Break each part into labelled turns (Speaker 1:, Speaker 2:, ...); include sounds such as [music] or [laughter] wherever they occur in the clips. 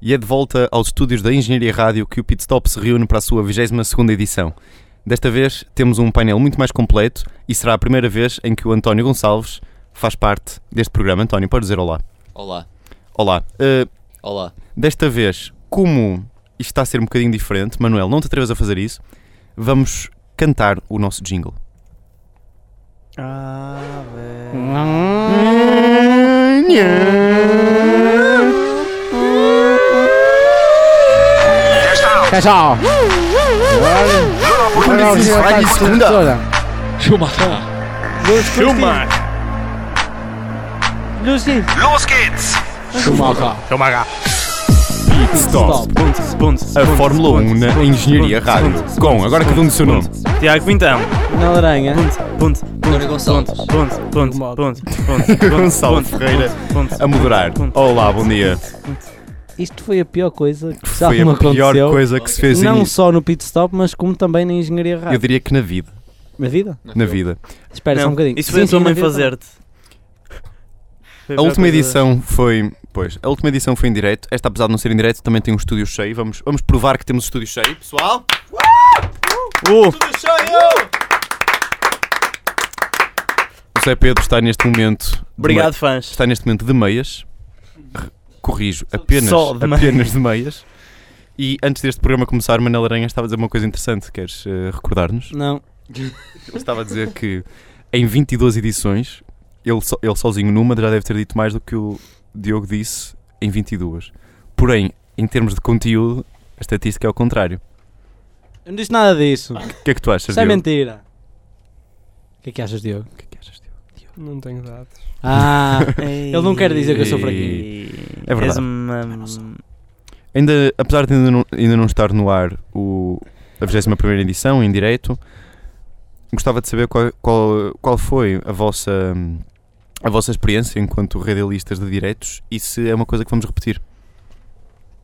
Speaker 1: e é de volta aos estúdios da Engenharia Rádio que o Pit Stop se reúne para a sua 22ª edição. Desta vez temos um painel muito mais completo e será a primeira vez em que o António Gonçalves faz parte deste programa. António, pode dizer olá.
Speaker 2: Olá,
Speaker 1: Olá. Uh,
Speaker 2: olá.
Speaker 1: desta vez, como isto está a ser um bocadinho diferente, Manuel, não te atrevas a fazer isso, vamos cantar o nosso jingle.
Speaker 3: Ah, velho.
Speaker 4: Tchau. Olha,
Speaker 1: isso vai de segunda.
Speaker 2: Filma.
Speaker 3: Filma! Lucy!
Speaker 1: Pit Stop,
Speaker 3: Bundes, bundes,
Speaker 1: a Fórmula 1 na Engenharia Rádio. Com, agora cada um do seu nome.
Speaker 3: Ah, Tiago Pintão!
Speaker 4: Na laranha.
Speaker 3: Bundes, bundes,
Speaker 2: António Gonçalves.
Speaker 3: bundes, bundes, bundes, bundes,
Speaker 1: Gonçalo Ferreira
Speaker 3: bundes,
Speaker 1: a moderar. Oh, Olá, bom dia.
Speaker 4: Isto foi a pior coisa que já
Speaker 1: Foi
Speaker 4: me
Speaker 1: a pior
Speaker 4: aconteceu.
Speaker 1: coisa que se fez em
Speaker 4: Não só no pit stop, mas como também na engenharia
Speaker 1: Eu
Speaker 4: rádio.
Speaker 1: diria que na vida,
Speaker 4: Ah. Na vida?
Speaker 1: na vida.
Speaker 4: Espera só um bocadinho.
Speaker 3: Isso foi a
Speaker 4: Sim,
Speaker 3: tua
Speaker 4: sim,
Speaker 3: mãe
Speaker 4: na vida.
Speaker 3: fazer-te. Foi
Speaker 1: A
Speaker 3: pior
Speaker 1: última
Speaker 3: coisa.
Speaker 1: edição foi, pois, a última edição foi em direto. Esta, apesar de não ser em direto, também tem um estúdio cheio. Vamos, vamos provar que temos um estúdio cheio, pessoal.
Speaker 3: Uh,
Speaker 1: O Zé Pedro está neste momento, de
Speaker 3: obrigado,
Speaker 1: mei-
Speaker 3: fãs.
Speaker 1: está neste momento de meias. Re- Corrijo, apenas,
Speaker 3: Só de meias.
Speaker 1: apenas de meias. E antes deste programa começar, Manel Aranha estava a dizer uma coisa interessante. Queres eh, recordar-nos?
Speaker 4: Não.
Speaker 1: Ele estava a dizer que em 22 edições, ele, so- ele sozinho numa já deve ter dito mais do que o Diogo disse em 22. Porém, em termos de conteúdo, a estatística é ao contrário.
Speaker 4: Eu não disse nada disso.
Speaker 1: O que é que tu achas,
Speaker 4: Isso é
Speaker 1: Diogo?
Speaker 4: mentira. O que é que achas, Diogo?
Speaker 1: O que é que achas, Diogo?
Speaker 5: Não tenho dados.
Speaker 4: Ah, ele não quer dizer que eu sou fraquinho.
Speaker 3: fraquinho.
Speaker 1: É verdade.
Speaker 3: És uma-
Speaker 1: Ainda, apesar de ainda não, ainda não estar no ar o, a 21ª edição, em direto, gostava de saber qual, qual, qual foi a vossa, a vossa experiência enquanto radialistas de diretos e se é uma coisa que vamos repetir.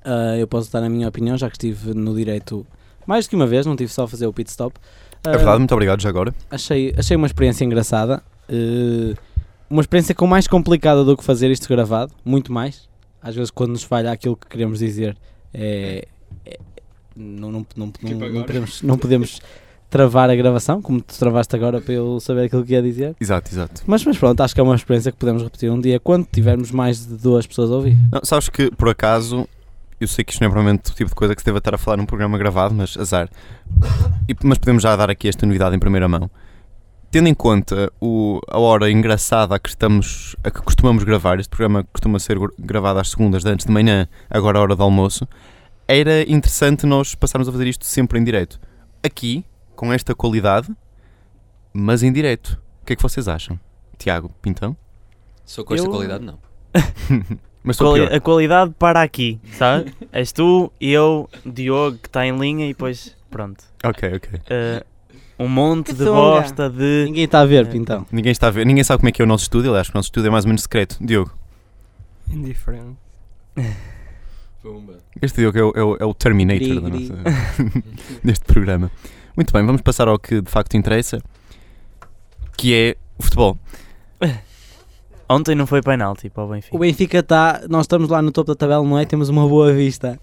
Speaker 4: Ah, eu posso dar a minha opinião, já que estive no direito mais do que uma vez, não tive só a fazer o pit stop. Ah,
Speaker 1: É verdade, muito obrigado já agora.
Speaker 4: achei, achei uma experiência engraçada. eh, uma experiência com mais complicada do que fazer isto gravado, muito mais. Às vezes quando nos falha aquilo que queremos dizer é, é- não, não, não, não, não podemos, não podemos travar a gravação, como tu travaste agora para eu saber aquilo que ia dizer.
Speaker 1: Exato, exato.
Speaker 4: Mas, mas pronto, acho que é uma experiência que podemos repetir um dia quando tivermos mais de duas pessoas a ouvir.
Speaker 1: Não, sabes que, por acaso, eu sei que isto não é provavelmente o tipo de coisa que se deve estar a falar num programa gravado, mas azar. E- mas podemos já dar aqui esta novidade em primeira mão. Tendo em conta o- a hora engraçada a que, estamos, a que costumamos gravar, este programa costuma ser gr- gravado às segundas, de antes de manhã, agora a hora do almoço, era interessante nós passarmos a fazer isto sempre em direto. Aqui, com esta qualidade, mas em direto. O que é que vocês acham? Tiago,
Speaker 3: [laughs]
Speaker 1: Pintão?
Speaker 2: Sou com esta
Speaker 3: Eu-
Speaker 2: qualidade, não.
Speaker 1: Mas sou
Speaker 3: Quali
Speaker 1: pior.
Speaker 3: a qualidade para aqui, sabe? És tu, eu, Diogo, que está em linha e depois, pronto.
Speaker 1: Ok, ok.
Speaker 3: Uh, um monte
Speaker 4: Que
Speaker 3: de
Speaker 4: sunga.
Speaker 3: bosta de. É.
Speaker 4: Ninguém está a ver, então.
Speaker 1: Ninguém está a ver, ninguém sabe como é que é o nosso estúdio, aliás, o nosso estúdio é mais ou menos secreto. Diogo,
Speaker 5: Indiferente.
Speaker 2: Pumba.
Speaker 1: este Diogo é o, é o, é o Terminator
Speaker 4: Gri,
Speaker 1: da
Speaker 4: gri.
Speaker 1: nossa, [laughs] deste programa. Muito bem, vamos passar ao que de facto interessa, que é o futebol.
Speaker 3: Ontem não foi penalti para o Benfica.
Speaker 4: O Benfica está, nós estamos lá no topo da tabela, não é? Temos uma boa vista.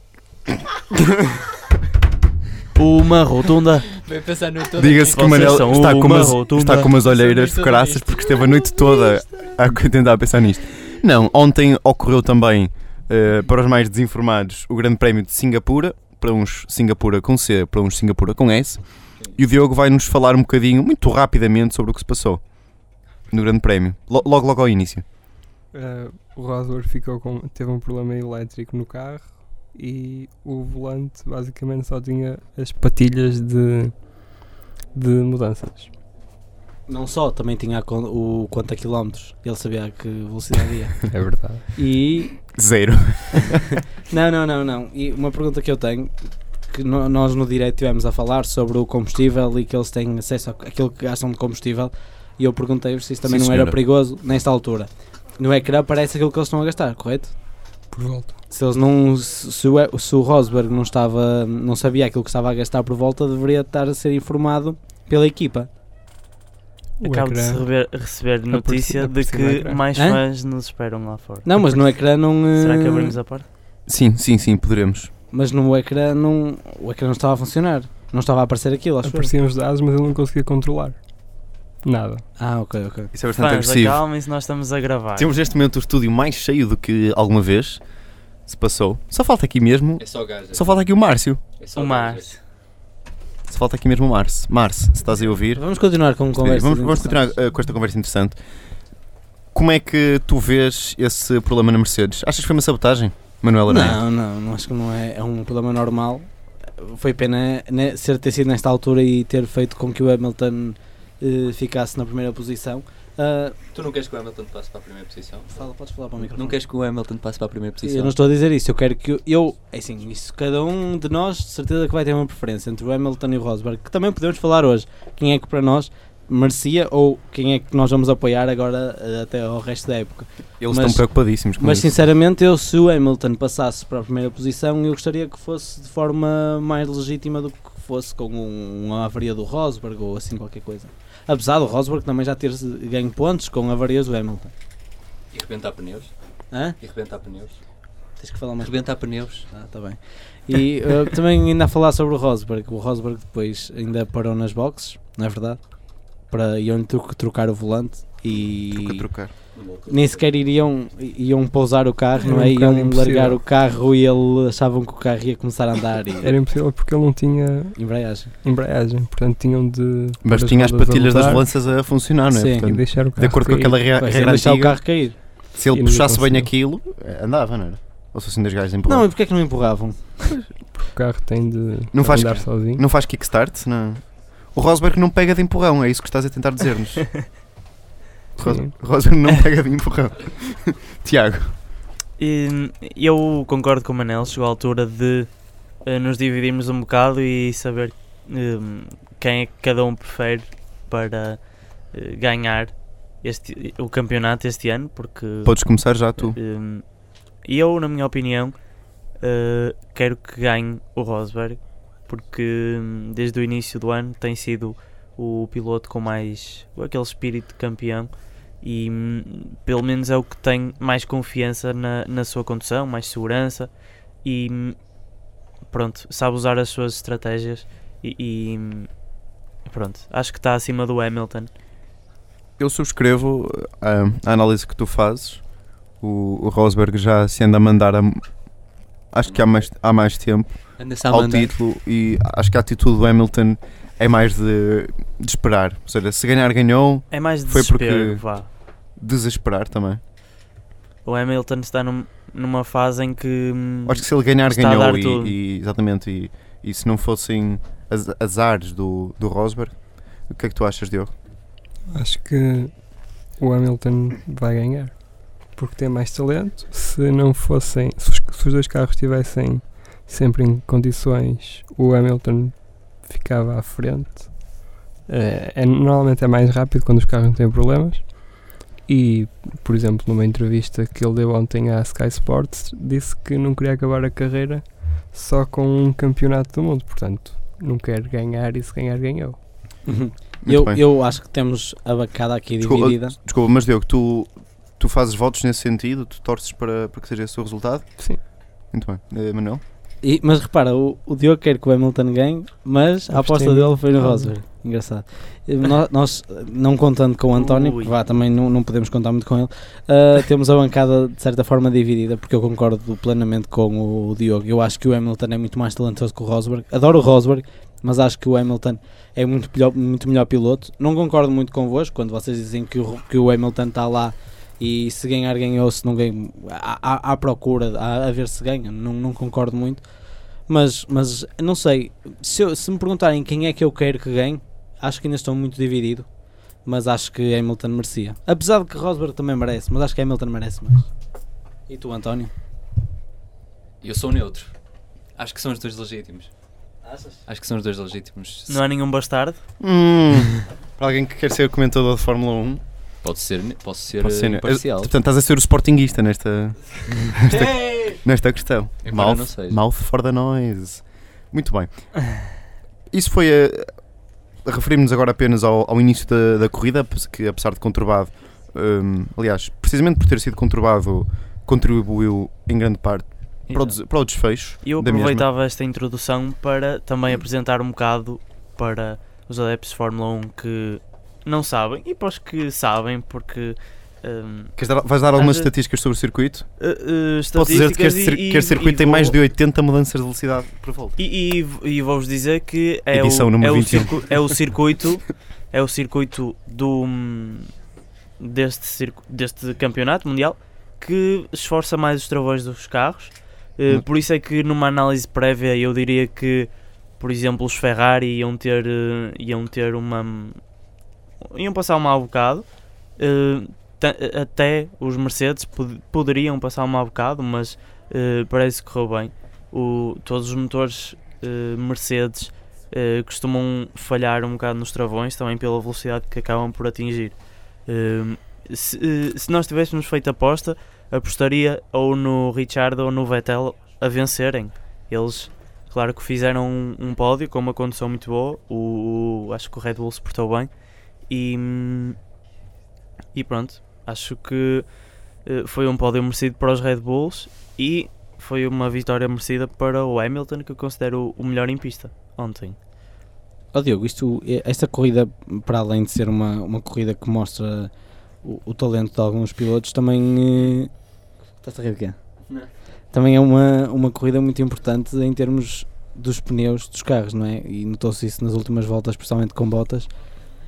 Speaker 3: Uma rotunda.
Speaker 2: Vai pensar no todo.
Speaker 1: Diga-se que o Manel
Speaker 3: são
Speaker 1: está com,
Speaker 3: uma
Speaker 1: umas,
Speaker 3: rotunda.
Speaker 1: está com umas olheiras
Speaker 2: Vocês
Speaker 1: de
Speaker 2: são
Speaker 1: caraças
Speaker 2: isto.
Speaker 1: porque esteve a noite toda a [laughs] tentar pensar nisto. Não, ontem ocorreu também, eh, para os mais desinformados, o Grande Prémio de Singapura, para uns Singapura com C, para uns Singapura com S, e o Diogo vai-nos falar um bocadinho, muito rapidamente, sobre o que se passou no Grande Prémio, Lo- logo logo ao início.
Speaker 5: Ah, o Rosberg ficou com, teve um problema elétrico no carro e o volante basicamente só tinha as patilhas de, de mudanças.
Speaker 4: Não só, também tinha a con- o quanto a quilómetros. Ele sabia a que velocidade ia.
Speaker 5: É verdade.
Speaker 4: E.
Speaker 1: Zero.
Speaker 4: Não, não, não, não. E uma pergunta que eu tenho, que no- nós no direito tivemos a falar sobre o combustível e que eles têm acesso à- àquilo que gastam de combustível. E eu perguntei-vos se isso também
Speaker 1: Sim,
Speaker 4: não
Speaker 1: senhora.
Speaker 4: era perigoso nesta altura. No ecrã aparece aquilo que eles estão a gastar, correto?
Speaker 5: Por volta.
Speaker 4: Se eles não. Se, se o- se o Rosberg não estava. não sabia aquilo que estava a gastar por volta, deveria estar a ser informado pela equipa.
Speaker 5: O
Speaker 3: Acabo de
Speaker 5: ecrã.
Speaker 3: se rever- receber
Speaker 5: por
Speaker 3: notícia
Speaker 5: cima-
Speaker 3: de
Speaker 5: por cima do
Speaker 3: que
Speaker 5: ecrã.
Speaker 3: mais
Speaker 4: Hã?
Speaker 3: fãs nos esperam lá fora.
Speaker 4: Não, mas no ecrã não. eh,
Speaker 1: é
Speaker 3: Será que abrimos a porta?
Speaker 1: Sim, sim, sim, poderemos.
Speaker 4: Mas no ecrã não, o ecrã não estava a funcionar. Não estava a aparecer aquilo, acho eu.
Speaker 5: Apareciam os dados, mas ele não conseguia controlar. Nada.
Speaker 4: Ah, ok, ok.
Speaker 1: Isso é bastante
Speaker 3: Fãs,
Speaker 1: agressivo.
Speaker 3: acalmem-se, nós estamos a gravar.
Speaker 1: Temos neste momento o estúdio mais cheio do que alguma vez se passou. Só falta aqui mesmo.
Speaker 2: É só gajas.
Speaker 1: Só falta aqui o Márcio.
Speaker 2: É só
Speaker 3: O
Speaker 2: gajas.
Speaker 3: Márcio.
Speaker 1: Só falta aqui mesmo o Márcio. Márcio, se estás aí a ouvir.
Speaker 4: Vamos continuar com conversas.
Speaker 1: vamos, vamos continuar
Speaker 4: interessantes.
Speaker 1: eh, com esta conversa interessante. Como é que tu vês esse problema na Mercedes? Achas que foi uma sabotagem, Manuel Aranha?
Speaker 4: Não, não, não, acho que não é, é um problema normal. Foi pena né, ser ter sido nesta altura e ter feito com que o Hamilton eh, ficasse na primeira posição. Ah,
Speaker 2: Tu não queres que o Hamilton passe para a primeira posição?
Speaker 4: fala, podes falar para o microfone.
Speaker 2: Não queres que o Hamilton passe para a primeira posição?
Speaker 4: Eu não estou a dizer isso, eu quero que eu, eu é assim, isso cada um de nós, de certeza que vai ter uma preferência entre o Hamilton e o Rosberg, que também podemos falar hoje. Quem é que para nós merecia ou quem é que nós vamos apoiar agora eh, até ao resto da época?
Speaker 1: Eles
Speaker 4: mas-
Speaker 1: estão preocupadíssimos com
Speaker 4: Mas
Speaker 1: isso.
Speaker 4: sinceramente, eu se o Hamilton passasse para a primeira posição, eu gostaria que fosse de forma mais legítima do que fosse com um- uma avaria do Rosberg ou assim qualquer coisa. Apesar do Rosberg também já ter ganho pontos com avarias do Hamilton.
Speaker 2: E rebentar pneus?
Speaker 4: Hã?
Speaker 2: E rebentar pneus?
Speaker 4: Tens que falar mais.
Speaker 2: Rebentar pneus?
Speaker 4: Ah, tá bem. E eh, [laughs] também ainda a falar sobre o Rosberg. O Rosberg depois ainda parou nas boxes, não é verdade? Para iam tru- trocar o volante e
Speaker 1: trocar.
Speaker 4: nem sequer iriam iam pousar o carro,
Speaker 5: Era
Speaker 4: não
Speaker 5: um
Speaker 4: é?
Speaker 5: bocado
Speaker 4: Iam
Speaker 5: impossível.
Speaker 4: largar o carro e ele achavam que o carro ia começar a andar e [laughs]
Speaker 5: Era impossível porque ele não tinha
Speaker 4: embreagem.
Speaker 5: embreagem, portanto tinham de.
Speaker 1: Mas
Speaker 5: pôr
Speaker 1: tinha as
Speaker 5: rodas a
Speaker 1: patilhas das
Speaker 5: rodar
Speaker 1: lanças a funcionar, não é?
Speaker 4: Sim.
Speaker 5: E
Speaker 1: Portanto,
Speaker 5: deixar o carro.
Speaker 1: de acordo com
Speaker 5: cair.
Speaker 1: aquela re-
Speaker 4: Pois,
Speaker 1: regra
Speaker 4: iam deixar o
Speaker 1: É antiga,
Speaker 4: carro cair.
Speaker 1: se
Speaker 5: E
Speaker 1: ele
Speaker 5: ninguém
Speaker 1: puxasse bem
Speaker 5: conseguiu.
Speaker 1: aquilo, eh, andava, não era? Ou se um fossem das gajas
Speaker 4: Não,
Speaker 1: empurravam.
Speaker 4: e porquê é que não empurravam?
Speaker 5: Porque o carro tem de
Speaker 1: Não faz
Speaker 5: andar
Speaker 1: que-
Speaker 5: sozinho.
Speaker 1: Não, faz kickstart? Não. O Rosberg não pega de empurrão, é isso que estás a tentar
Speaker 4: [laughs]
Speaker 1: dizer-nos. Ros-
Speaker 5: Sim.
Speaker 1: Rosberg não pega de empurrão. [laughs] Tiago,
Speaker 3: E, hum, eu concordo com o Manel, chegou a altura de eh, nos dividirmos um bocado e saber hum, quem é que cada um prefere para eh, ganhar este, o campeonato este ano, porque
Speaker 1: podes começar já tu.
Speaker 3: hum, eu, na minha opinião, eh, quero que ganhe o Rosberg, porque hum, desde o início do ano tem sido o piloto com mais com aquele espírito de campeão e hum, pelo menos é o que tem mais confiança na, na sua condução, mais segurança e hum, pronto, sabe usar as suas estratégias e, e, hum, pronto, acho que está acima do Hamilton.
Speaker 1: Eu subscrevo ah, a, análise que tu fazes. O, o Rosberg já se anda a mandar há mu- acho que há mais, há mais tempo
Speaker 3: Tá
Speaker 2: Anda-se a
Speaker 1: ao
Speaker 2: mandar.
Speaker 1: título e acho que a atitude do Hamilton é mais de, de esperar. Ou seja, se ganhar, ganhou,
Speaker 3: É mais
Speaker 1: Foi porque-
Speaker 3: desespero, vá.
Speaker 1: desesperar também.
Speaker 3: O Hamilton está num- numa fase em que. hum,
Speaker 1: Acho que se ele ganhar,
Speaker 3: Está a
Speaker 1: ganhou
Speaker 3: dar
Speaker 1: e,
Speaker 3: tudo.
Speaker 1: e- exatamente. E, e se não fossem az- azares do, do Rosberg, o que é que tu achas, Diogo?
Speaker 5: Acho que o Hamilton vai ganhar. Porque tem mais talento. Se não fossem. Se os, se os dois carros estivessem sempre em condições, o Hamilton ficava à frente. Eh, é, normalmente é mais rápido quando os carros não têm problemas. E, por exemplo, numa entrevista que ele deu ontem à Sky Sports, disse que não queria acabar a carreira só com um campeonato do mundo. Portanto, não quer ganhar e se ganhar, ganhou.
Speaker 1: Muito
Speaker 4: Eu,
Speaker 1: bem.
Speaker 4: eu acho que temos a bacana aqui
Speaker 1: Desculpa,
Speaker 4: dividida.
Speaker 1: Desculpa, mas Diogo, tu, tu fazes votos nesse sentido? Tu torces para, para que seja esse o resultado?
Speaker 5: Sim.
Speaker 1: Muito bem. Eh, Manuel?
Speaker 4: E- mas repara, o, o Diogo quer que o Hamilton ganhe, mas a aposta
Speaker 5: Apostei no
Speaker 4: dele foi no
Speaker 5: Rosberg.
Speaker 4: Rosberg. Engraçado. E nó- Nós, não contando com o António,
Speaker 3: Ui.
Speaker 4: porque vá, também não, não podemos contar muito com ele, ah, temos a bancada de certa forma dividida, porque eu concordo plenamente com o, Diogo. Eu acho que o Hamilton é muito mais talentoso que o Rosberg. Adoro o Rosberg, mas acho que o Hamilton é muito, pilho- muito melhor piloto. Não concordo muito convosco quando vocês dizem que o, que o Hamilton está lá e se ganhar ganhou, se não ganhou, à, à- à procura, a, a ver se ganha. Não, não concordo muito. Mas, mas não sei, se, eu- se me perguntarem quem é que eu quero que ganhe, acho que ainda estou muito dividido. Mas acho que Hamilton merecia. Apesar de que Rosberg também merece, mas acho que Hamilton merece mais. E tu, António?
Speaker 2: Eu sou neutro. Acho que são os dois legítimos. Acho que são os dois legítimos.
Speaker 3: Não é? há nenhum bastardo.
Speaker 1: Hum. [laughs] para alguém que quer ser comentador de Fórmula 1,
Speaker 2: Pode ser, ne- posso ser,
Speaker 1: pode ser.
Speaker 2: eh,
Speaker 1: né?
Speaker 2: imparcial.
Speaker 1: Portanto, estás a ser o sportinguista nesta,
Speaker 2: [laughs]
Speaker 1: nesta, nesta questão.
Speaker 2: Embora não
Speaker 1: Mouth,
Speaker 2: seja.
Speaker 1: mouth for the noise. Muito bem. Isso foi a. a Referimos-nos agora apenas ao, ao início da, da corrida, apes- que apesar de conturbado, hum, aliás, precisamente por ter sido conturbado, contribuiu em grande parte para o, des- para o desfecho.
Speaker 3: Eu
Speaker 1: da mesma.
Speaker 3: aproveitava esta introdução para também apresentar um bocado para os adeptos de Fórmula 1 que não sabem e para os que sabem, porque. hum,
Speaker 1: Queres dar- vais dar algumas
Speaker 3: Às vezes-
Speaker 1: estatísticas sobre o circuito?
Speaker 3: eh, eh,
Speaker 1: Posso dizer-te que
Speaker 3: estatísticas
Speaker 1: este, cir-
Speaker 3: e-
Speaker 1: que este
Speaker 3: e-
Speaker 1: circuito
Speaker 3: e
Speaker 1: tem mais
Speaker 3: vou-
Speaker 1: de 80 mudanças de velocidade por volta.
Speaker 3: E, e- e vou-vos dizer que é,
Speaker 1: Edição
Speaker 3: o, é,
Speaker 1: número
Speaker 3: o
Speaker 1: 21.
Speaker 3: circu- é o circuito é o circuito do hum, deste, circu- deste campeonato mundial que esforça mais os travões dos carros Eh,
Speaker 1: Hum.
Speaker 3: por isso é que numa análise prévia eu diria que por exemplo os Ferrari iam ter eh, iam ter uma iam passar um mau bocado Eh, ta- até os Mercedes pod- poderiam passar um mau bocado mas eh, parece que correu bem o, todos os motores eh, Mercedes eh, costumam falhar um bocado nos travões também pela velocidade que acabam por atingir. Ehm, se, eh, se nós tivéssemos feito aposta, apostaria ou no Richard ou no Vettel a vencerem. Eles, claro que fizeram um, um pódio com uma condução muito boa, o, o- acho que o Red Bull se portou bem e, hum, e pronto, acho que eh, foi um pódio merecido para os Red Bulls e foi uma vitória merecida para o Hamilton, que eu considero o melhor em pista ontem.
Speaker 4: Ó Diogo, isto, é, esta corrida, para além de ser uma, uma corrida que mostra o, o talento de alguns pilotos, também. eh, Estás a rir de quê?
Speaker 2: Não.
Speaker 4: Também é uma, uma corrida muito importante em termos dos pneus dos carros, não é? E notou-se isso nas últimas voltas, principalmente com botas,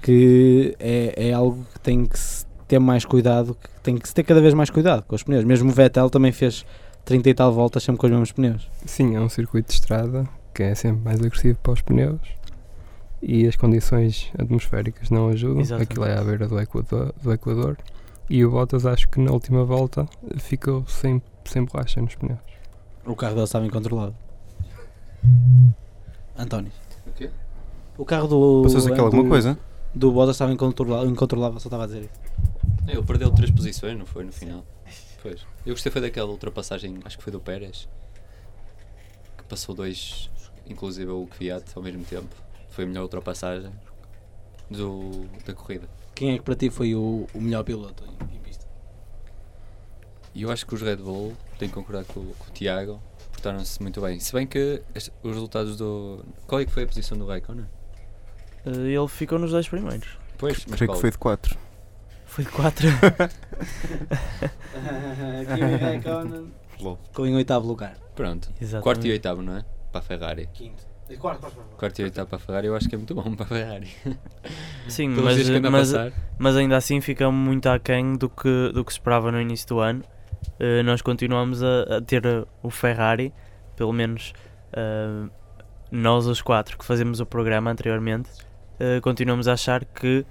Speaker 4: que é, é algo que tem que se ter mais cuidado, que tem que se ter cada vez mais cuidado com os pneus. Mesmo o Vettel também fez 30 e tal voltas sempre com os mesmos pneus.
Speaker 5: Sim, é um circuito de estrada que é sempre mais agressivo para os pneus e as condições atmosféricas não ajudam.
Speaker 3: Exatamente.
Speaker 5: Aquilo é à beira do Equador, do Equador. E o Bottas, acho que na última volta, ficou sem, sem borracha nos pneus.
Speaker 4: O carro dele estava incontrolável. António.
Speaker 2: O quê?
Speaker 4: O carro do.
Speaker 1: Passou-se aqui alguma
Speaker 4: do-
Speaker 1: coisa?
Speaker 4: Do Bottas estava incontrolável, incontrolável, só estava a dizer isso.
Speaker 2: Ele perdeu três posições, não foi? No final. Pois. Eu gostei foi daquela ultrapassagem, acho que foi do Pérez, que passou dois, inclusive o Fiat, ao mesmo tempo. Foi a melhor ultrapassagem do, da corrida.
Speaker 4: Quem é que para ti foi o, o melhor piloto em, em pista?
Speaker 2: E eu acho que os Red Bull, tenho que concordar com, o- com o Tiago, portaram-se muito bem. Se bem que este- os resultados do. Qual é que foi a posição do Raikkonen?
Speaker 3: Eh, ele ficou nos dois primeiros.
Speaker 2: Pois, mas
Speaker 1: Creio que
Speaker 2: qual?
Speaker 1: foi de 4.
Speaker 3: Foi de [laughs] 4.
Speaker 4: é Ficou em oitavo lugar.
Speaker 2: Pronto. Quarto e oitavo, não é? Para a Ferrari.
Speaker 4: Quinto. Quarto, quarto,
Speaker 2: Quarto e oitavo para a Ferrari, eu acho que é muito bom [laughs] para a Ferrari.
Speaker 3: Sim,
Speaker 2: Pelos dias
Speaker 3: mas,
Speaker 2: que anda a
Speaker 3: mas,
Speaker 2: passar.
Speaker 3: mas ainda assim fica muito aquém do que, do que se esperava no início do ano. Eh, nós continuamos a, a ter eh, o Ferrari, pelo menos eh, nós os quatro que fazemos o programa anteriormente, eh, continuamos a achar que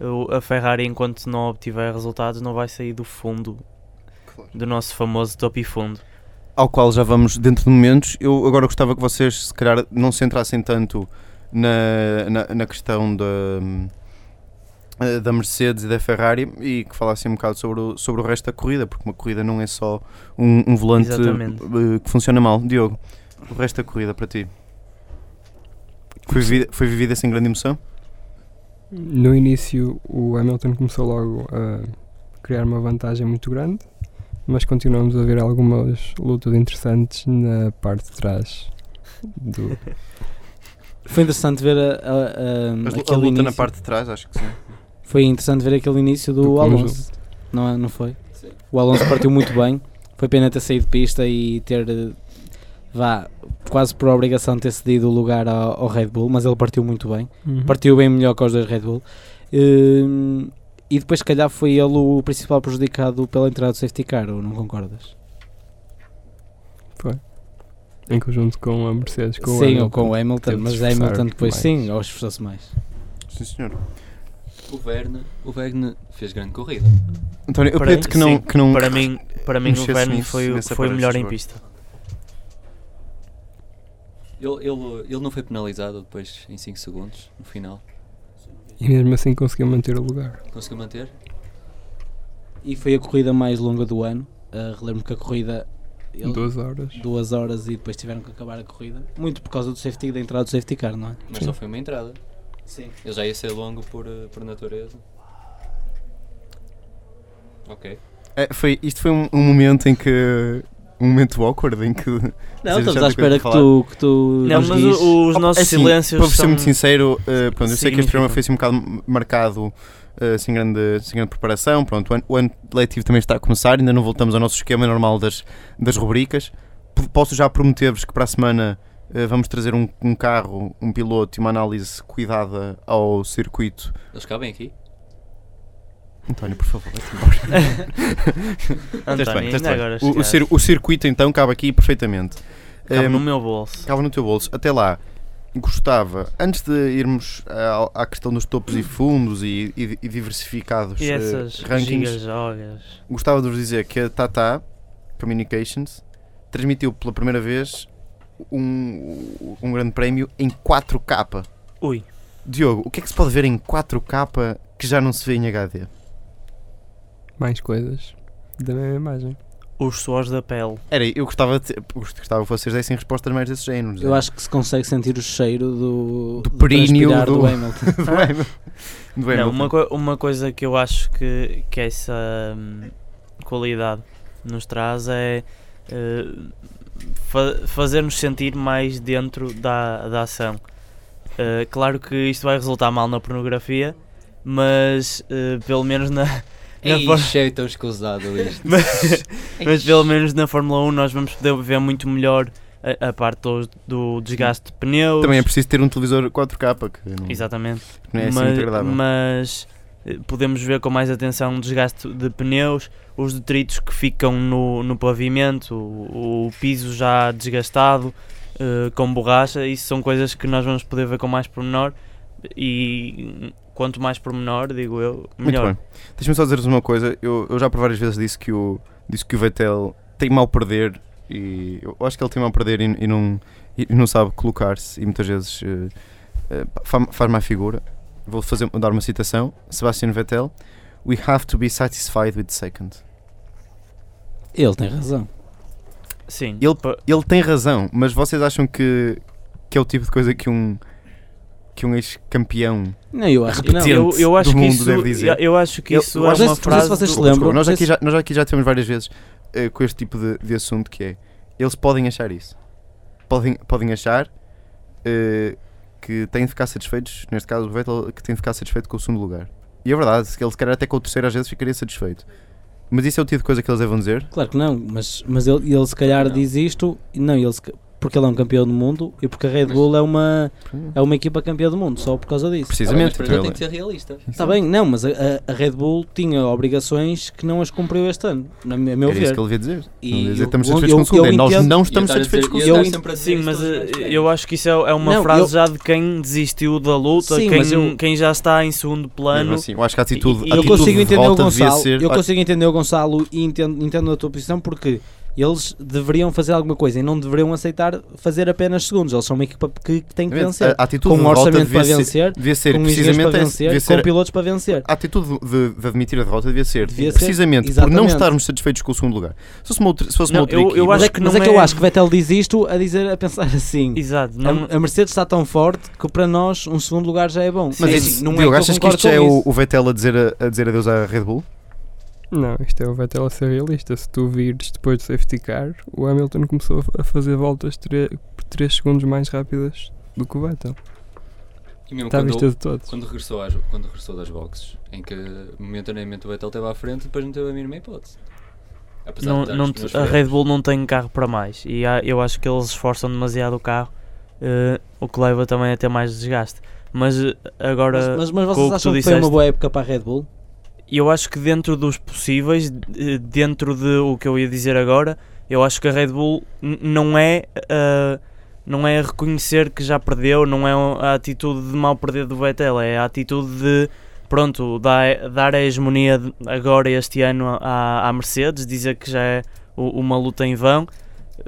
Speaker 3: o- a Ferrari, enquanto não obtiver resultados, não vai sair do fundo do nosso famoso top e fundo.
Speaker 1: Ao qual já vamos dentro de momentos. Eu agora gostava que vocês, se calhar, não se centrassem tanto na, na, na questão da, eh, da Mercedes e da Ferrari e que falassem um bocado sobre o, sobre o resto da corrida, porque uma corrida não é só um, um volante
Speaker 3: Exatamente.
Speaker 1: eh, que funciona mal. Diogo, o resto da corrida para ti? Foi vivida, foi vivida sem grande emoção?
Speaker 5: No início, o Hamilton começou logo a criar uma vantagem muito grande, mas continuamos a ver algumas lutas interessantes na parte de trás. Do...
Speaker 4: Foi interessante ver a, a- a-
Speaker 1: Mas
Speaker 4: aquele
Speaker 1: a luta
Speaker 4: início.
Speaker 1: na parte de trás, acho que sim.
Speaker 4: Foi interessante ver aquele início do,
Speaker 5: Do conjunto.
Speaker 4: Alonso. Não, é- não foi? O Alonso partiu muito bem. Foi pena ter saído de pista e ter. eh, Vá, quase por obrigação ter cedido o lugar ao, ao Red Bull, mas ele partiu muito bem. partiu bem melhor que os dois Red Bull. Hum, e depois, se calhar, foi ele o principal prejudicado pela entrada do safety car, ou não concordas?
Speaker 5: Em conjunto com a Mercedes, com o
Speaker 4: sim,
Speaker 5: Hamilton.
Speaker 4: ou com o Hamilton,
Speaker 5: teve de
Speaker 4: mas
Speaker 5: esforçar
Speaker 4: Hamilton depois
Speaker 5: mais.
Speaker 4: sim, ou esforçou-se mais.
Speaker 1: Sim, senhor.
Speaker 2: O Verne, o Verne fez grande corrida.
Speaker 1: António, eu
Speaker 3: Para-
Speaker 1: pedi-te que não,
Speaker 3: sim,
Speaker 1: que não
Speaker 3: Para mim, para mim o
Speaker 1: Mexesse
Speaker 3: Verne
Speaker 1: nisso,
Speaker 3: foi, o-
Speaker 1: nessa
Speaker 3: foi o
Speaker 1: parte,
Speaker 3: melhor
Speaker 1: por
Speaker 3: em
Speaker 1: favor.
Speaker 3: pista.
Speaker 2: Ele, ele, ele não foi penalizado depois em 5 segundos, no final.
Speaker 5: E mesmo assim conseguiu manter o lugar.
Speaker 2: Conseguiu manter?
Speaker 4: E foi a corrida mais longa do ano. Uh, relembro que a corrida. ele-
Speaker 5: Duas horas.
Speaker 4: duas horas e depois tiveram que acabar a corrida. Muito por causa do safety, da entrada do safety car, não é?
Speaker 2: Mas
Speaker 5: Sim.
Speaker 2: só foi uma entrada.
Speaker 4: Sim.
Speaker 2: Ele já ia ser longo por, eh, por natureza. Ok.
Speaker 1: É, foi, isto foi um, um momento em que um momento awkward em que.
Speaker 4: Não,
Speaker 1: Vocês
Speaker 4: estamos
Speaker 1: já têm
Speaker 4: à
Speaker 1: coisa
Speaker 4: espera
Speaker 1: para
Speaker 4: que tu, que tu
Speaker 3: Não,
Speaker 4: nos
Speaker 3: mas
Speaker 4: guies.
Speaker 3: o- os
Speaker 1: Oh,
Speaker 3: nossos
Speaker 1: assim,
Speaker 3: silêncios.
Speaker 1: Para vos ser
Speaker 3: são-
Speaker 1: muito sincero, eh, pronto, eu sei que este programa foi assim um bocado marcado eh, sem, grande, sem grande preparação. Pronto, o ano, o ano letivo também está a começar, ainda não voltamos ao nosso esquema normal das, das rubricas. P- Posso já prometer-vos que para a semana eh, vamos trazer um, um carro, um piloto e uma análise cuidada ao circuito.
Speaker 2: Eles cabem aqui?
Speaker 1: António, por favor, vai-te embora.
Speaker 3: [laughs]
Speaker 1: Estás
Speaker 3: António,
Speaker 1: bem, estás
Speaker 3: ainda
Speaker 1: bem.
Speaker 3: agora
Speaker 1: O- o, cir- o circuito então cabe aqui perfeitamente.
Speaker 3: Cabe
Speaker 1: Eh,
Speaker 3: no meu bolso.
Speaker 1: Ficava no teu bolso. Até lá, gostava, antes de irmos ao- à, questão dos topos e fundos e, e- e diversificados
Speaker 3: E
Speaker 1: eh,
Speaker 3: essas
Speaker 1: rankings,
Speaker 3: gigas jogas.
Speaker 1: gostava de vos dizer que a Tata Communications transmitiu pela primeira vez um, um grande prémio em 4K.
Speaker 3: Ui,
Speaker 1: Diogo, o que é que se pode ver em 4K que já não se vê em HD?
Speaker 5: Mais coisas da mesma imagem.
Speaker 3: os suores da pele.
Speaker 1: Era, eu gostava, de, gostava que vocês dessem respostas mais desse género. é?
Speaker 4: Eu acho que se consegue sentir o cheiro do,
Speaker 1: Do períneo
Speaker 4: transpirar
Speaker 1: do-
Speaker 4: do
Speaker 1: [laughs]
Speaker 4: Hamilton.
Speaker 1: que. Do Hamilton. Do
Speaker 3: Não,
Speaker 1: Hamilton.
Speaker 3: uma, coi- uma coisa que eu acho que, que essa hum, qualidade nos traz é eh, fa- fazer-nos sentir mais dentro da, da ação. Eh, claro que isto vai resultar mal na pornografia, mas eh, pelo menos na. [laughs] na
Speaker 2: Ei,
Speaker 3: for-
Speaker 2: Ixi, é tão
Speaker 3: [laughs]
Speaker 2: escusado isto.
Speaker 3: mas, mas pelo menos na Fórmula 1 nós vamos poder ver muito melhor a, a parte do, do desgaste de pneus.
Speaker 1: Também é preciso ter um televisor 4K que não,
Speaker 3: Exatamente.
Speaker 1: não é assim
Speaker 3: Ma-
Speaker 1: muito agradável.
Speaker 3: mas, eh, podemos ver com mais atenção o desgaste de pneus, os detritos que ficam no, no pavimento, o, o piso já desgastado, eh, com borracha, isso são coisas que nós vamos poder ver com mais pormenor e quanto mais pormenor, digo eu,
Speaker 1: Muito
Speaker 3: melhor.
Speaker 1: bem. Deixa-me só dizer-vos uma coisa. Eu, eu já por várias vezes disse que o, disse que o Vettel tem mal perder e eu acho que ele tem mal perder e, e não, e não sabe colocar-se e muitas vezes eh, eh, fa- faz má figura. Vou fazer, dar uma citação. Sebastian Vettel. We have to be satisfied with second.
Speaker 4: Ele tem razão.
Speaker 3: Sim,
Speaker 1: Ele-
Speaker 3: pa-
Speaker 1: Ele tem razão, mas vocês acham que, que é o tipo de coisa que um, que um ex-campeão.
Speaker 4: Não, eu acho que não.
Speaker 1: Repetindo.
Speaker 3: eu, eu acho
Speaker 1: do
Speaker 3: que
Speaker 1: mundo,
Speaker 3: isso,
Speaker 1: deve dizer.
Speaker 3: eu- eu acho que
Speaker 1: Eu-
Speaker 3: isso
Speaker 1: eu
Speaker 3: é
Speaker 1: acho-
Speaker 3: uma
Speaker 1: não sei se
Speaker 3: frase
Speaker 4: vocês
Speaker 3: do-
Speaker 4: se lembram.
Speaker 1: Desculpa, nós, aqui
Speaker 4: Esse-
Speaker 1: já, nós aqui já tivemos várias vezes eh, com este tipo de, de assunto que é eles podem achar isso. Podem, podem achar eh, que têm de ficar satisfeitos, neste caso o Vettel, que tem de ficar satisfeito com o segundo lugar. E é verdade, se ele se calhar até com o terceiro às vezes ficaria satisfeito. Mas isso é o tipo de coisa que eles devem dizer.
Speaker 4: Claro que não, mas, mas ele, ele se calhar
Speaker 2: Não.
Speaker 4: diz isto, e não, ele se ca- porque ele é um campeão do mundo e porque a Red Bull é uma, é uma equipa campeã do mundo, só por causa disso.
Speaker 1: Precisamente.
Speaker 2: Ah, mas para já tem de ser realista.
Speaker 4: Está bem, não, mas a, a- a Red Bull tinha obrigações que não as cumpriu este ano, na mi- a meu
Speaker 1: Era isso
Speaker 4: ver.
Speaker 1: que ele devia dizer. Não
Speaker 4: E
Speaker 1: devia dizer
Speaker 4: eu-
Speaker 1: estamos
Speaker 4: eu-
Speaker 1: satisfeitos com o
Speaker 4: eu-
Speaker 1: segundo.
Speaker 4: eu
Speaker 1: É, Nós
Speaker 4: entendo-
Speaker 1: não
Speaker 2: E eu
Speaker 1: estamos
Speaker 2: estar a dizer-
Speaker 1: satisfeitos com o
Speaker 2: e
Speaker 1: segundo.
Speaker 2: estar
Speaker 4: Eu-
Speaker 2: sempre a dizer
Speaker 3: Sim,
Speaker 2: isto
Speaker 3: mas
Speaker 2: aos meus
Speaker 3: eh,
Speaker 2: pais.
Speaker 3: eu acho que isso é, é uma
Speaker 4: Não,
Speaker 3: frase
Speaker 4: eu-
Speaker 3: já de quem desistiu da luta,
Speaker 4: Sim, mas
Speaker 3: quem,
Speaker 4: eu-
Speaker 3: quem já está em segundo plano.
Speaker 1: Mesmo assim, eu acho que a atitude, a
Speaker 3: E- e eu
Speaker 4: Eu
Speaker 1: atitude
Speaker 4: consigo
Speaker 1: de
Speaker 4: entender o
Speaker 1: volta devia
Speaker 4: Gonçalo,
Speaker 1: ser.
Speaker 4: eu consigo entender o Gonçalo e entendo, entendo a tua posição porque eles deveriam fazer alguma coisa e não deveriam aceitar fazer apenas segundos. Eles são uma equipa que, que tem que
Speaker 1: Exatamente,
Speaker 4: vencer.
Speaker 1: a atitude
Speaker 4: Com
Speaker 1: de
Speaker 4: um
Speaker 1: volta
Speaker 4: orçamento para
Speaker 1: devia ser-
Speaker 4: vencer,
Speaker 1: devia ser
Speaker 4: com engenheiros
Speaker 1: precisamente
Speaker 4: para
Speaker 1: essa-
Speaker 4: vencer,
Speaker 1: devia ser
Speaker 4: com pilotos para vencer.
Speaker 1: A atitude de, de admitir a derrota devia ser
Speaker 4: Devia ser,
Speaker 1: precisamente por não
Speaker 4: exatamente.
Speaker 1: estarmos satisfeitos com o segundo lugar. Se fosse uma outra, se fosse uma
Speaker 3: Não,
Speaker 1: outra
Speaker 3: eu-
Speaker 1: equipa,
Speaker 3: eu
Speaker 4: Mas,
Speaker 3: acho
Speaker 4: é,
Speaker 3: que
Speaker 4: que- mas
Speaker 3: não
Speaker 4: é que eu
Speaker 3: é-
Speaker 4: acho que Vettel diz isto a dizer a pensar assim.
Speaker 3: Exato, não,
Speaker 4: A, a Mercedes está tão forte que para nós um segundo lugar já é bom.
Speaker 3: Sim,
Speaker 1: mas
Speaker 4: É
Speaker 1: isso-
Speaker 4: assim, não é
Speaker 1: Diogo,
Speaker 4: que eu
Speaker 1: achas que
Speaker 4: concordo
Speaker 1: isto já é
Speaker 4: com
Speaker 1: o,
Speaker 4: isso.
Speaker 1: o Vettel a dizer, a, a dizer adeus à Red Bull?
Speaker 5: Não, isto é o Vettel a ser realista. Se tu vires depois do safety car, o Hamilton começou a fa- a fazer voltas 3, segundos mais rápidas do que o Vettel.
Speaker 2: E mesmo
Speaker 5: Está
Speaker 3: tá
Speaker 5: à
Speaker 2: quando-
Speaker 5: vista de todos.
Speaker 2: Quando regressou, às, quando regressou das boxes, em que momentaneamente o Vettel esteve à frente, depois não teve a mínima hipótese. Apesar
Speaker 3: não,
Speaker 2: de dar
Speaker 3: não
Speaker 2: os
Speaker 3: te-
Speaker 2: pneus
Speaker 3: a
Speaker 2: freios.
Speaker 3: Red Bull não tem carro para mais e há- eu acho que eles esforçam demasiado o carro, eh, o que leva também a ter mais desgaste. Mas eh,
Speaker 4: Mas,
Speaker 3: agora
Speaker 4: mas, mas
Speaker 3: com o
Speaker 4: vocês
Speaker 3: que tu
Speaker 4: acham que foi uma
Speaker 3: disseste-
Speaker 4: boa época para a Red Bull?
Speaker 3: eu acho que dentro dos possíveis, eh, dentro de o que eu ia dizer agora, eu acho que a Red Bull n- não é ah, não é reconhecer que já perdeu, não é a atitude de mal perder do Vettel, é a atitude de pronto, dar, dar a hegemonia de- agora este ano à, à Mercedes, dizer que já é u- uma luta em vão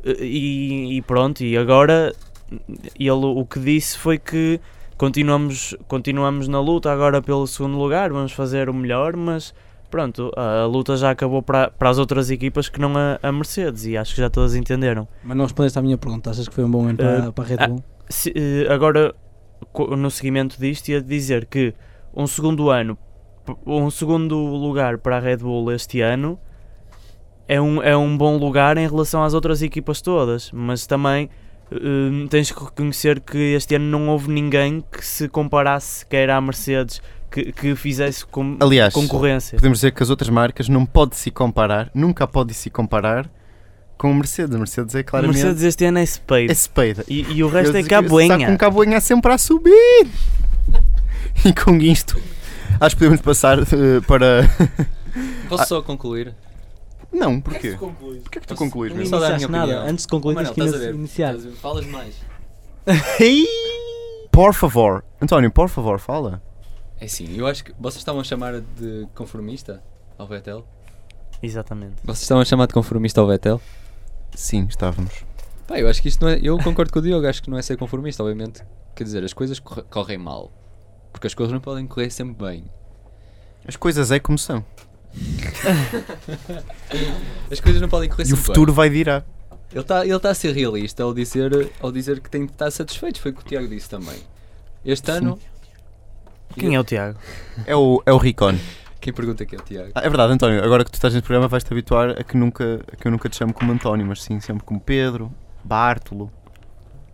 Speaker 3: eh, e, e pronto, e agora ele o que disse foi que continuamos, continuamos na luta agora pelo segundo lugar, vamos fazer o melhor, mas pronto, a, a luta já acabou para, para as outras equipas que não a, a Mercedes e acho que já todas entenderam.
Speaker 4: Mas não respondeste à minha pergunta. Achas que foi um bom ano para, para a Red
Speaker 3: ah,
Speaker 4: Bull?
Speaker 3: Se, eh, agora, co- no seguimento disto, ia dizer que um segundo ano, p- um segundo lugar para a Red Bull este ano é um, é um bom lugar em relação às outras equipas todas, mas também hum, tens que reconhecer que este ano não houve ninguém que se comparasse sequer à Mercedes, que, que fizesse com,
Speaker 1: Aliás,
Speaker 3: concorrência.
Speaker 1: Podemos dizer que as outras marcas não pode se comparar, nunca pode se comparar com o Mercedes. A Mercedes é
Speaker 3: A
Speaker 1: claramente
Speaker 3: Mercedes este ano é Spade.
Speaker 1: é Spade.
Speaker 3: E, e
Speaker 1: Eu
Speaker 3: o resto é
Speaker 1: digo, Está com
Speaker 3: Caboenha.
Speaker 1: Caboenha sempre a subir. [laughs] E com isto, acho que podemos passar eh, para. [laughs]
Speaker 2: Posso só concluir?
Speaker 1: Não, porquê? Porquê que tu concluís
Speaker 2: Posso-
Speaker 1: mesmo?
Speaker 2: Só dar a minha
Speaker 4: iniciaste nada.
Speaker 2: opinião.
Speaker 4: Antes de concluir, tens
Speaker 2: Manel,
Speaker 4: que
Speaker 2: estás a
Speaker 4: inici-
Speaker 2: ver?
Speaker 4: iniciar.
Speaker 2: Estás a ver? Falas mais.
Speaker 1: Por favor, António, por favor, fala.
Speaker 2: É sim, eu acho que vocês estavam a chamar de conformista ao Vettel.
Speaker 3: Exatamente.
Speaker 2: Vocês estavam a chamar de conformista ao Vettel?
Speaker 1: Sim, estávamos.
Speaker 2: Pá, eu acho que isto não é. Eu concordo com o Diogo, acho que não é ser conformista, obviamente. Quer dizer, as coisas corre- correm mal. Porque as coisas não podem correr sempre bem.
Speaker 1: As coisas é como são.
Speaker 2: As coisas não podem correr
Speaker 1: E o
Speaker 2: sempre
Speaker 1: futuro vai dirá.
Speaker 2: bem. Ele está ele tá a ser realista ao dizer, ao dizer que tem de estar satisfeito. Foi o que o Tiago disse também. Este ano.
Speaker 3: Quem é o Tiago?
Speaker 1: É o, é o Ricon.
Speaker 2: Quem pergunta que é o Tiago?
Speaker 1: Ah, é verdade, António, agora que tu estás neste programa vais-te habituar a que, nunca, a que eu nunca te chamo como António, mas sim sempre como Pedro, Bártolo,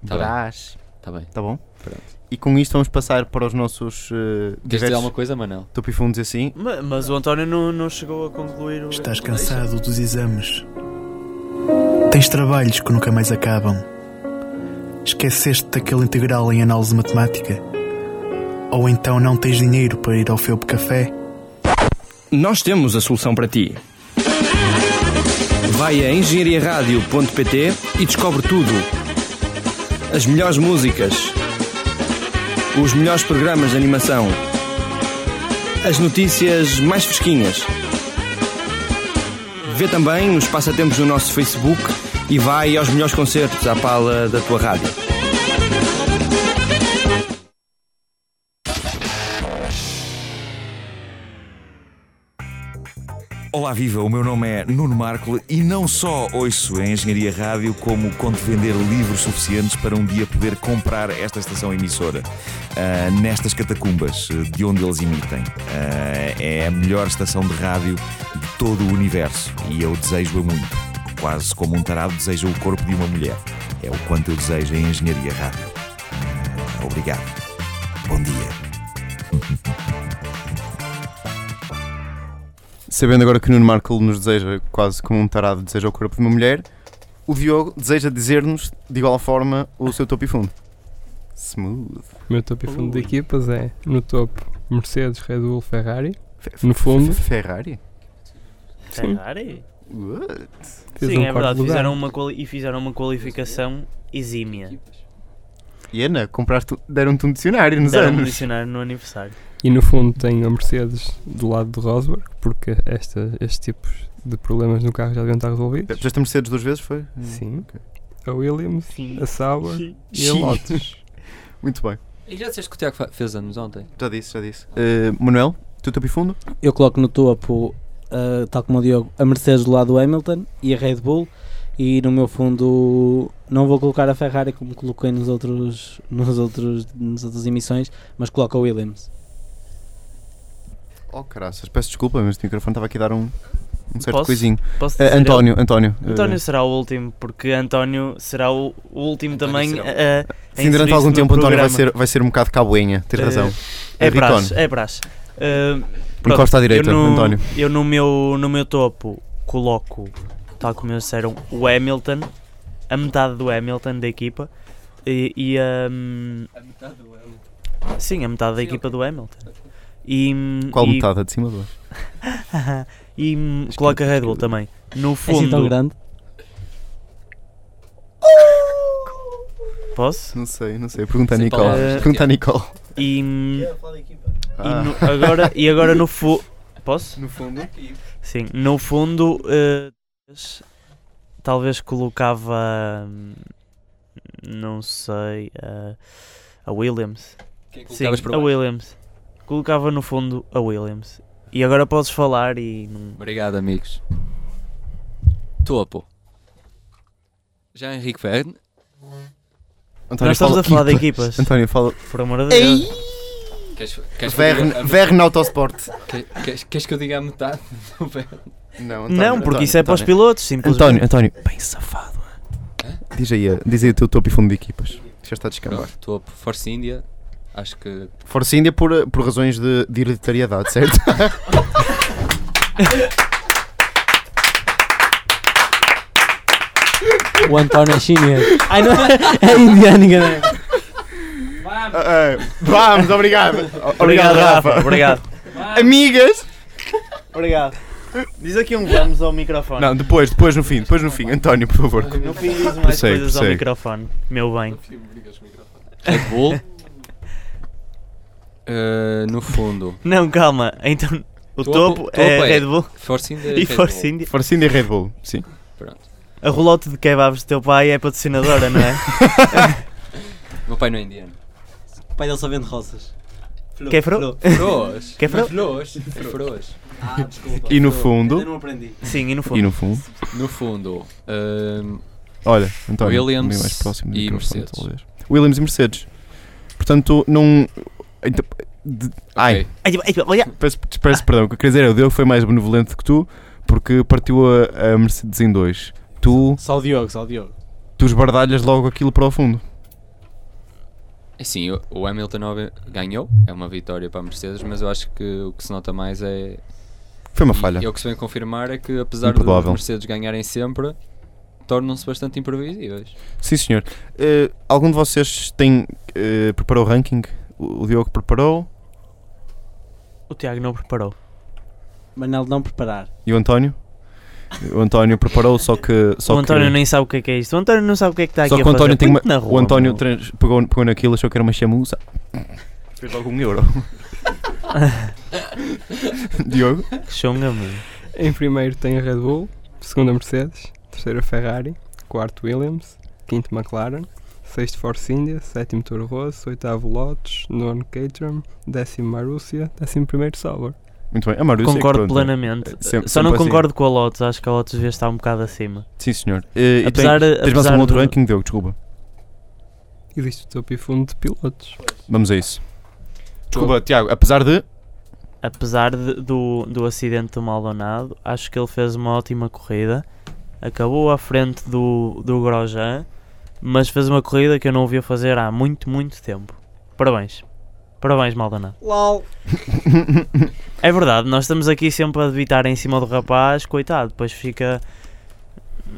Speaker 2: Tá bem.
Speaker 1: Brás.
Speaker 2: Tá bem.
Speaker 1: Tá bom?
Speaker 2: Pronto.
Speaker 1: E com isto vamos passar para os nossos eh,
Speaker 2: Queres dizer alguma
Speaker 1: diversos
Speaker 2: coisa, Manel?
Speaker 1: tupifundos e assim.
Speaker 3: Ma- Mas o António não, não chegou a concluir o.
Speaker 6: Estás cansado dos exames. Tens trabalhos que nunca mais acabam. Esqueceste daquele integral em análise matemática. Ou então não tens dinheiro para ir ao Felpe Café.
Speaker 7: Nós temos a solução para ti. Vai a engenhariaradio.pt e descobre tudo. As melhores músicas, os melhores programas de animação, as notícias mais fresquinhas. Vê também os passatempos no nosso Facebook e vai aos melhores concertos à pala da tua rádio.
Speaker 8: Olá viva, o meu nome é Nuno Marco e não só ouço em Engenharia Rádio como conto vender livros suficientes para um dia poder comprar esta estação emissora ah, nestas catacumbas eh, de onde eles emitem. Ah, é a melhor estação de rádio de todo o universo e eu desejo-a muito, quase como um tarado deseja o corpo de uma mulher. É o quanto eu desejo em Engenharia Rádio. Ah, obrigado. Bom dia.
Speaker 1: Sabendo agora que o Nuno Marco nos deseja, quase como um tarado deseja o corpo de uma mulher, o Diogo deseja dizer-nos, de igual forma, o seu tupifundo. Smooth.
Speaker 5: O meu top e fundo
Speaker 3: Ui.
Speaker 5: de equipas é no topo Mercedes, Red Bull, Ferrari. No fundo.
Speaker 1: Ferrari? Uh,
Speaker 5: Sim.
Speaker 3: Ferrari?
Speaker 1: What?
Speaker 5: Fiz
Speaker 3: Sim,
Speaker 5: um
Speaker 3: é
Speaker 5: quarto
Speaker 3: verdade.
Speaker 5: lugar.
Speaker 3: Fizeram uma quali- e fizeram uma qualificação exímia.
Speaker 2: um
Speaker 1: E Ana, compraste, deram-te um dicionário nos
Speaker 3: Deram um
Speaker 1: anos.
Speaker 3: dicionário no aniversário.
Speaker 5: E no fundo tenho a Mercedes do lado de Rosberg, porque esta, estes tipos de problemas no carro já deviam estar resolvidos.
Speaker 1: Já estamos cedo duas vezes, foi?
Speaker 5: Sim. A Williams,
Speaker 3: Sim.
Speaker 5: a Sauber e a
Speaker 1: Sim.
Speaker 3: [laughs]
Speaker 5: Lotus.
Speaker 1: Muito bem.
Speaker 2: E já disseste que o Tiago fa- fez anos ontem?
Speaker 1: Já disse, já disse. Eh, Manuel, teu tupifundo?
Speaker 4: Eu coloco no topo, ah, tal como o Diogo, a Mercedes do lado do Hamilton e a Red Bull. E no meu fundo, não vou colocar a Ferrari como coloquei nos outros, nos outros, nas outras emissões, mas coloco a Williams.
Speaker 1: Oh, caraças, peço desculpa, mas o microfone estava aqui a dar um, um certo
Speaker 3: Posso?
Speaker 1: coisinho.
Speaker 3: Posso
Speaker 1: Eh,
Speaker 3: dizer
Speaker 1: António, António. uh,
Speaker 3: ele? António será o último, porque António será o o último
Speaker 2: António
Speaker 3: também
Speaker 2: será o
Speaker 3: a,
Speaker 1: eh,
Speaker 3: a
Speaker 1: sim, durante
Speaker 3: inserir-se
Speaker 1: algum
Speaker 3: é no
Speaker 1: tempo António vai
Speaker 3: programa.
Speaker 1: ser, vai ser um bocado caboinha, tens
Speaker 3: Eh,
Speaker 1: razão.
Speaker 3: É
Speaker 1: Ricone.
Speaker 3: Brás, é Brás. Uh, pronto,
Speaker 1: Encosta à direita,
Speaker 3: eu no,
Speaker 1: António.
Speaker 3: Eu no meu, no meu topo coloco, tal como eles disseram, o Hamilton, a metade do Hamilton da equipa e, e a. hum,
Speaker 2: A metade do ano.
Speaker 3: Sim, a metade da
Speaker 2: Sim,
Speaker 3: equipa do Hamilton. E, hum,
Speaker 1: Qual
Speaker 3: e,
Speaker 1: metade? A de cima ou de baixo?
Speaker 3: e hum, coloco a Red Bull também. No
Speaker 4: É assim tão
Speaker 3: fundo.
Speaker 4: grande?
Speaker 3: posso?
Speaker 1: Não sei, não sei. Pergunta a
Speaker 2: Sem
Speaker 1: Nicole.
Speaker 2: palavras.
Speaker 1: Pergunta a Nicole.
Speaker 3: E, hum,
Speaker 1: Ah.
Speaker 3: e, no- agora, e agora no fundo. Posso?
Speaker 1: No fundo.
Speaker 3: Sim, no fundo, eh, talvez colocava. hum, Não sei. eh, a Williams.
Speaker 1: é
Speaker 2: Quem
Speaker 3: Sim,
Speaker 2: colocavas por
Speaker 3: a
Speaker 2: baixo?
Speaker 3: Williams. Colocava no fundo a Williams. E agora podes falar e. não-
Speaker 2: Obrigado, amigos. Topo. Já Henrique Verne.
Speaker 1: António,
Speaker 3: Nós estamos
Speaker 1: fala
Speaker 3: a falar de
Speaker 1: equipa.
Speaker 3: equipas.
Speaker 1: António, fala.
Speaker 3: Por amor de Deus.
Speaker 2: Queres, queres, que eu
Speaker 1: Verne,
Speaker 2: diga a-
Speaker 1: Verne Autosport.
Speaker 2: que- queres- queres que eu diga a metade? [laughs] do Verne?
Speaker 1: Não,
Speaker 3: não, porque isso é para os pilotos, simplesmente.
Speaker 1: António, António, bem safado. Diz aí, diz aí o teu topo e fundo de equipas. Já está a descambar.
Speaker 2: Pronto, topo. Force India. Acho que
Speaker 1: Força Índia por, por razões de, de hereditariedade, certo?
Speaker 4: O António é chinês. Ai, não, é indiano, enganei.
Speaker 1: Ah, ah, Vamos, obrigado. O- [laughs] Obrigado, Rafa.
Speaker 3: Obrigado.
Speaker 1: Amigas.
Speaker 3: Obrigado. Diz aqui um vamos ao microfone.
Speaker 1: Não, depois, depois no fim, depois no fim. António, por favor.
Speaker 3: No fim diz mais
Speaker 1: Prossegue,
Speaker 3: coisas ao
Speaker 1: prossegue.
Speaker 3: microfone, meu bem.
Speaker 2: Red
Speaker 1: [laughs]
Speaker 2: Bull. Eh, no fundo,
Speaker 3: Não, calma. Então, o
Speaker 2: Topo-
Speaker 3: topo, é
Speaker 2: topo é
Speaker 3: Red Bull
Speaker 2: Force India
Speaker 3: e
Speaker 2: Red
Speaker 3: Force
Speaker 2: Bull.
Speaker 3: India.
Speaker 1: Força Índia e Red Bull, sim.
Speaker 2: Pronto.
Speaker 3: A rolote de kebabs do teu pai é patrocinadora, não [laughs] é?
Speaker 2: Meu pai não é indiano.
Speaker 4: O pai dele só vende roças.
Speaker 3: Que é fro?
Speaker 2: Froz.
Speaker 3: Que é fro?
Speaker 2: É
Speaker 1: [laughs]
Speaker 2: Froz. É froz.
Speaker 4: Ah, desculpa.
Speaker 1: E no fundo,
Speaker 4: não aprendi.
Speaker 3: Sim, e no
Speaker 1: e
Speaker 3: fundo.
Speaker 1: no fundo,
Speaker 2: No fundo, ehm,
Speaker 1: olha, António,
Speaker 2: Williams
Speaker 1: bem mais próximo do
Speaker 2: e
Speaker 1: microfone,
Speaker 2: Mercedes.
Speaker 1: talvez. Williams e Mercedes. Portanto, não. então, de- Ai,
Speaker 2: ok.
Speaker 3: Ai, ai, olha.
Speaker 1: peço, peço perdão, o que eu queria dizer é o Diogo foi mais benevolente que tu, porque partiu a, a Mercedes em dois. Tu,
Speaker 4: Só o Diogo, só o Diogo.
Speaker 1: tu esbardalhas logo aquilo para o fundo.
Speaker 2: Assim, o- o Hamilton obvi- ganhou, é uma vitória para a Mercedes, mas eu acho que o que se nota mais é.
Speaker 1: Foi uma
Speaker 2: e-
Speaker 1: falha.
Speaker 2: E o que se vem confirmar é que, apesar de os
Speaker 1: Imperdoável.
Speaker 2: Mercedes ganharem sempre, tornam-se bastante imprevisíveis.
Speaker 1: Sim, senhor. Eh, algum de vocês tem eh, preparou o ranking? O, o Diogo preparou
Speaker 3: O Tiago não preparou.
Speaker 4: Manel, não preparar.
Speaker 1: e o António? O António preparou, só que. Só
Speaker 3: o António
Speaker 1: que,
Speaker 3: nem sabe o que é que é isto. O António não sabe o que é que está
Speaker 1: só
Speaker 3: aqui
Speaker 1: que o
Speaker 3: a fazer.
Speaker 1: António tem uma,
Speaker 3: Põe-te na rua,
Speaker 1: O António
Speaker 3: meu.
Speaker 1: trans- pegou, pegou naquilo, achou que era uma chamuça. Fez logo um euro. [laughs] Diogo?
Speaker 3: Que chunga, meu.
Speaker 1: é
Speaker 5: Em primeiro tem a Red Bull, segundo a Mercedes, terceiro a Ferrari, quarto Williams, quinto McLaren, sexto Force India, sétimo Toro Rosso, oitavo Lotus, nono Caterham, décimo Marussia, décimo primeiro Sauber.
Speaker 1: Muito bem. A Marúcia,
Speaker 3: Concordo
Speaker 1: pronto, é
Speaker 3: plenamente.
Speaker 1: sempre-
Speaker 3: Só
Speaker 1: sempre
Speaker 3: não
Speaker 1: assim.
Speaker 3: concordo com a Lotus. Acho que a Lotus devia estar um bocado acima.
Speaker 1: Sim, senhor. Eh, e tem-
Speaker 3: Apesar-
Speaker 1: tens mais
Speaker 3: apesar
Speaker 1: um outro
Speaker 3: de-
Speaker 1: ranking, Diogo, desculpa.
Speaker 5: Existe o topo e fundo de pilotos.
Speaker 1: Vamos a isso. Desculpa, Tiago, apesar de.
Speaker 3: apesar de- do, do acidente do Maldonado, acho que ele fez uma ótima corrida. Acabou à frente do, do Grosjean, mas fez uma corrida que eu não ouvia fazer há muito, muito tempo. Parabéns. Parabéns, Maldonado.
Speaker 4: LOL.
Speaker 3: É verdade, nós estamos aqui sempre a debitar em cima do rapaz, coitado, depois fica.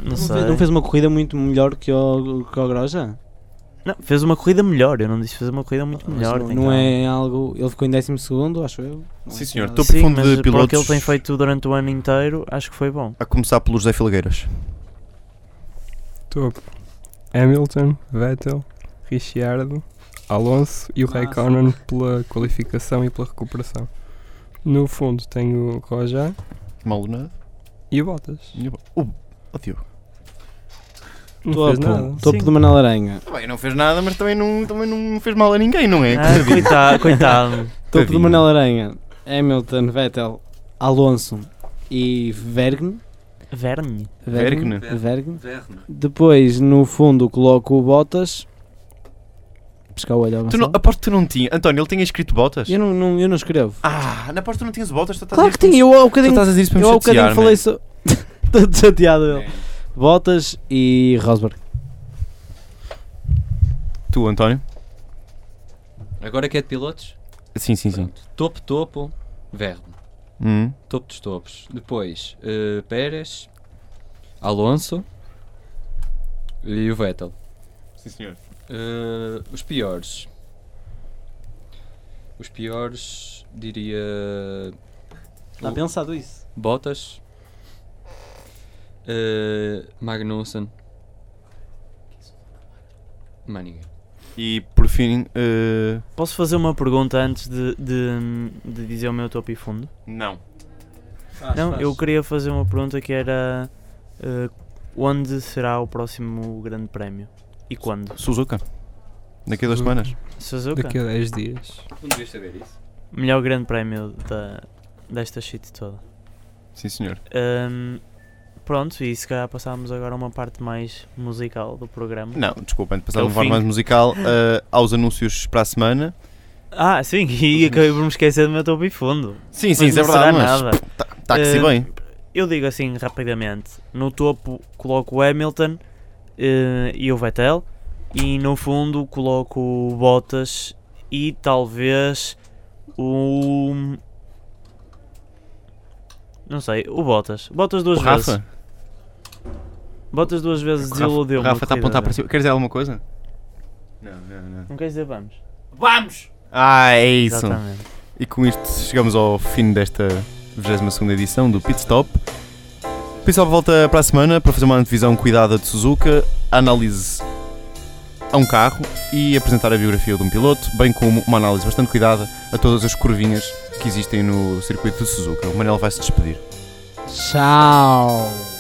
Speaker 3: Não,
Speaker 4: Não,
Speaker 3: sei.
Speaker 4: fez, não fez uma corrida muito melhor que o, que o Groja?
Speaker 3: Não, fez uma corrida melhor, eu não disse fez uma corrida muito
Speaker 4: Mas
Speaker 3: melhor. então.
Speaker 4: não,
Speaker 3: tem
Speaker 4: não
Speaker 3: calma.
Speaker 4: é algo. Ele ficou em 12, acho eu. Não
Speaker 1: Sim,
Speaker 4: é
Speaker 1: senhor.
Speaker 4: nada.
Speaker 1: Topo e
Speaker 3: Sim,
Speaker 1: fundo
Speaker 3: mas
Speaker 1: de
Speaker 3: para o que ele
Speaker 1: pilotos.
Speaker 3: tem feito durante o ano inteiro, acho que foi bom.
Speaker 1: A começar pelo José Filgueiras.
Speaker 5: Topo Hamilton, Vettel, Ricciardo, Alonso e o
Speaker 4: Massa.
Speaker 5: Raikkonen pela qualificação e pela recuperação. No fundo tem o Roja
Speaker 1: Maldonado.
Speaker 5: e o Bottas.
Speaker 1: O Oh, Diogo.
Speaker 5: Não fez nada.
Speaker 4: Topo, topo
Speaker 3: Sim.
Speaker 4: do Manel Aranha.
Speaker 1: Tá Bem, não fez nada, mas também não, também não fez mal a ninguém, não é?
Speaker 3: Ah, [laughs]
Speaker 1: [laughs]
Speaker 3: coitado, coitado.
Speaker 4: Topo
Speaker 1: Tadinho.
Speaker 4: do Manel Aranha. Hamilton, Vettel, Alonso e Vergne.
Speaker 3: Verne.
Speaker 1: Vergne.
Speaker 4: Vergne. Depois, no fundo, coloco o Bottas. Pescar o olho ao
Speaker 1: Tu não,
Speaker 4: Marcelo.
Speaker 1: aposto que tu não tinha. António, ele tinha escrito botas.
Speaker 4: Eu não, não, eu não escrevo.
Speaker 1: Ah, na aposto que tu não tinhas botas. Tu estás a
Speaker 4: claro que
Speaker 1: dizer
Speaker 4: tinha, eu há
Speaker 1: Tu
Speaker 4: bocadinho,
Speaker 1: estás a É. dizer isso para me
Speaker 4: eu há
Speaker 1: chatear, é?
Speaker 4: bocadinho
Speaker 1: man.
Speaker 4: falei [laughs] isso. Estou chateado eu. Bottas e Rosberg.
Speaker 1: Tu, António?
Speaker 2: Agora que é de pilotos?
Speaker 1: Sim, sim, sim.
Speaker 2: Pronto. Topo, topo, Verne.
Speaker 1: Hum.
Speaker 2: Topo dos topos. Depois, eh, Pérez, Alonso e o Vettel.
Speaker 1: Sim, senhor.
Speaker 2: Eh, os piores. Os piores, diria.
Speaker 4: Está
Speaker 2: o-
Speaker 4: Tá pensado isso?
Speaker 2: Bottas. eh, Magnussen. Manningham.
Speaker 1: E por fim. eh,
Speaker 3: Posso fazer uma pergunta antes de, de, de dizer o meu topo e fundo?
Speaker 1: Não.
Speaker 3: Não, eu queria fazer uma pergunta que era eh, onde será o próximo grande prémio? E quando?
Speaker 1: Suzuka. Daqui a duas
Speaker 5: Suzuka.
Speaker 1: semanas.
Speaker 3: Suzuka?
Speaker 5: Daqui a 10 dias.
Speaker 2: Não devias saber isso.
Speaker 3: Melhor grande prémio da, desta shit toda.
Speaker 1: Sim, senhor.
Speaker 3: Ahm, pronto, e se calhar passávamos agora a uma parte mais musical do programa.
Speaker 1: Não, desculpa, antes de passar
Speaker 3: É o
Speaker 1: uma forma
Speaker 3: fim.
Speaker 1: mais musical, eh, aos anúncios para a semana.
Speaker 3: Ah, sim, [laughs] e acabei por me esquecer do meu topo e fundo.
Speaker 1: Sim, sim,
Speaker 3: Mas
Speaker 1: isso é
Speaker 3: não será
Speaker 1: verdade, mas
Speaker 3: nada.
Speaker 1: táxi
Speaker 3: Eh,
Speaker 1: bem.
Speaker 3: Eu digo assim rapidamente: no topo coloco o Hamilton eh, e o Vettel, e no fundo coloco o Bottas e talvez o. Não sei, o Bottas. Bottas duas
Speaker 1: O
Speaker 3: vezes.
Speaker 1: Rafa,
Speaker 3: Bottas duas
Speaker 1: o
Speaker 3: vezes
Speaker 1: Rafa,
Speaker 3: desiludeu-me.
Speaker 1: Rafa está a
Speaker 3: querida.
Speaker 1: apontar para cima. Quer dizer alguma coisa? Não, não, não.
Speaker 3: Não queres dizer vamos?
Speaker 1: Ah, é isso.
Speaker 3: Exatamente.
Speaker 1: E com isto chegamos ao fim desta 22 edição do Pit Stop. O Pit Stop volta para a semana para fazer uma antevisão cuidada de Suzuka, a análise a um carro e apresentar a biografia de um piloto, bem como uma análise bastante cuidada a todas as curvinhas que existem no circuito de Suzuka. O Manel vai se despedir.
Speaker 4: Tchau.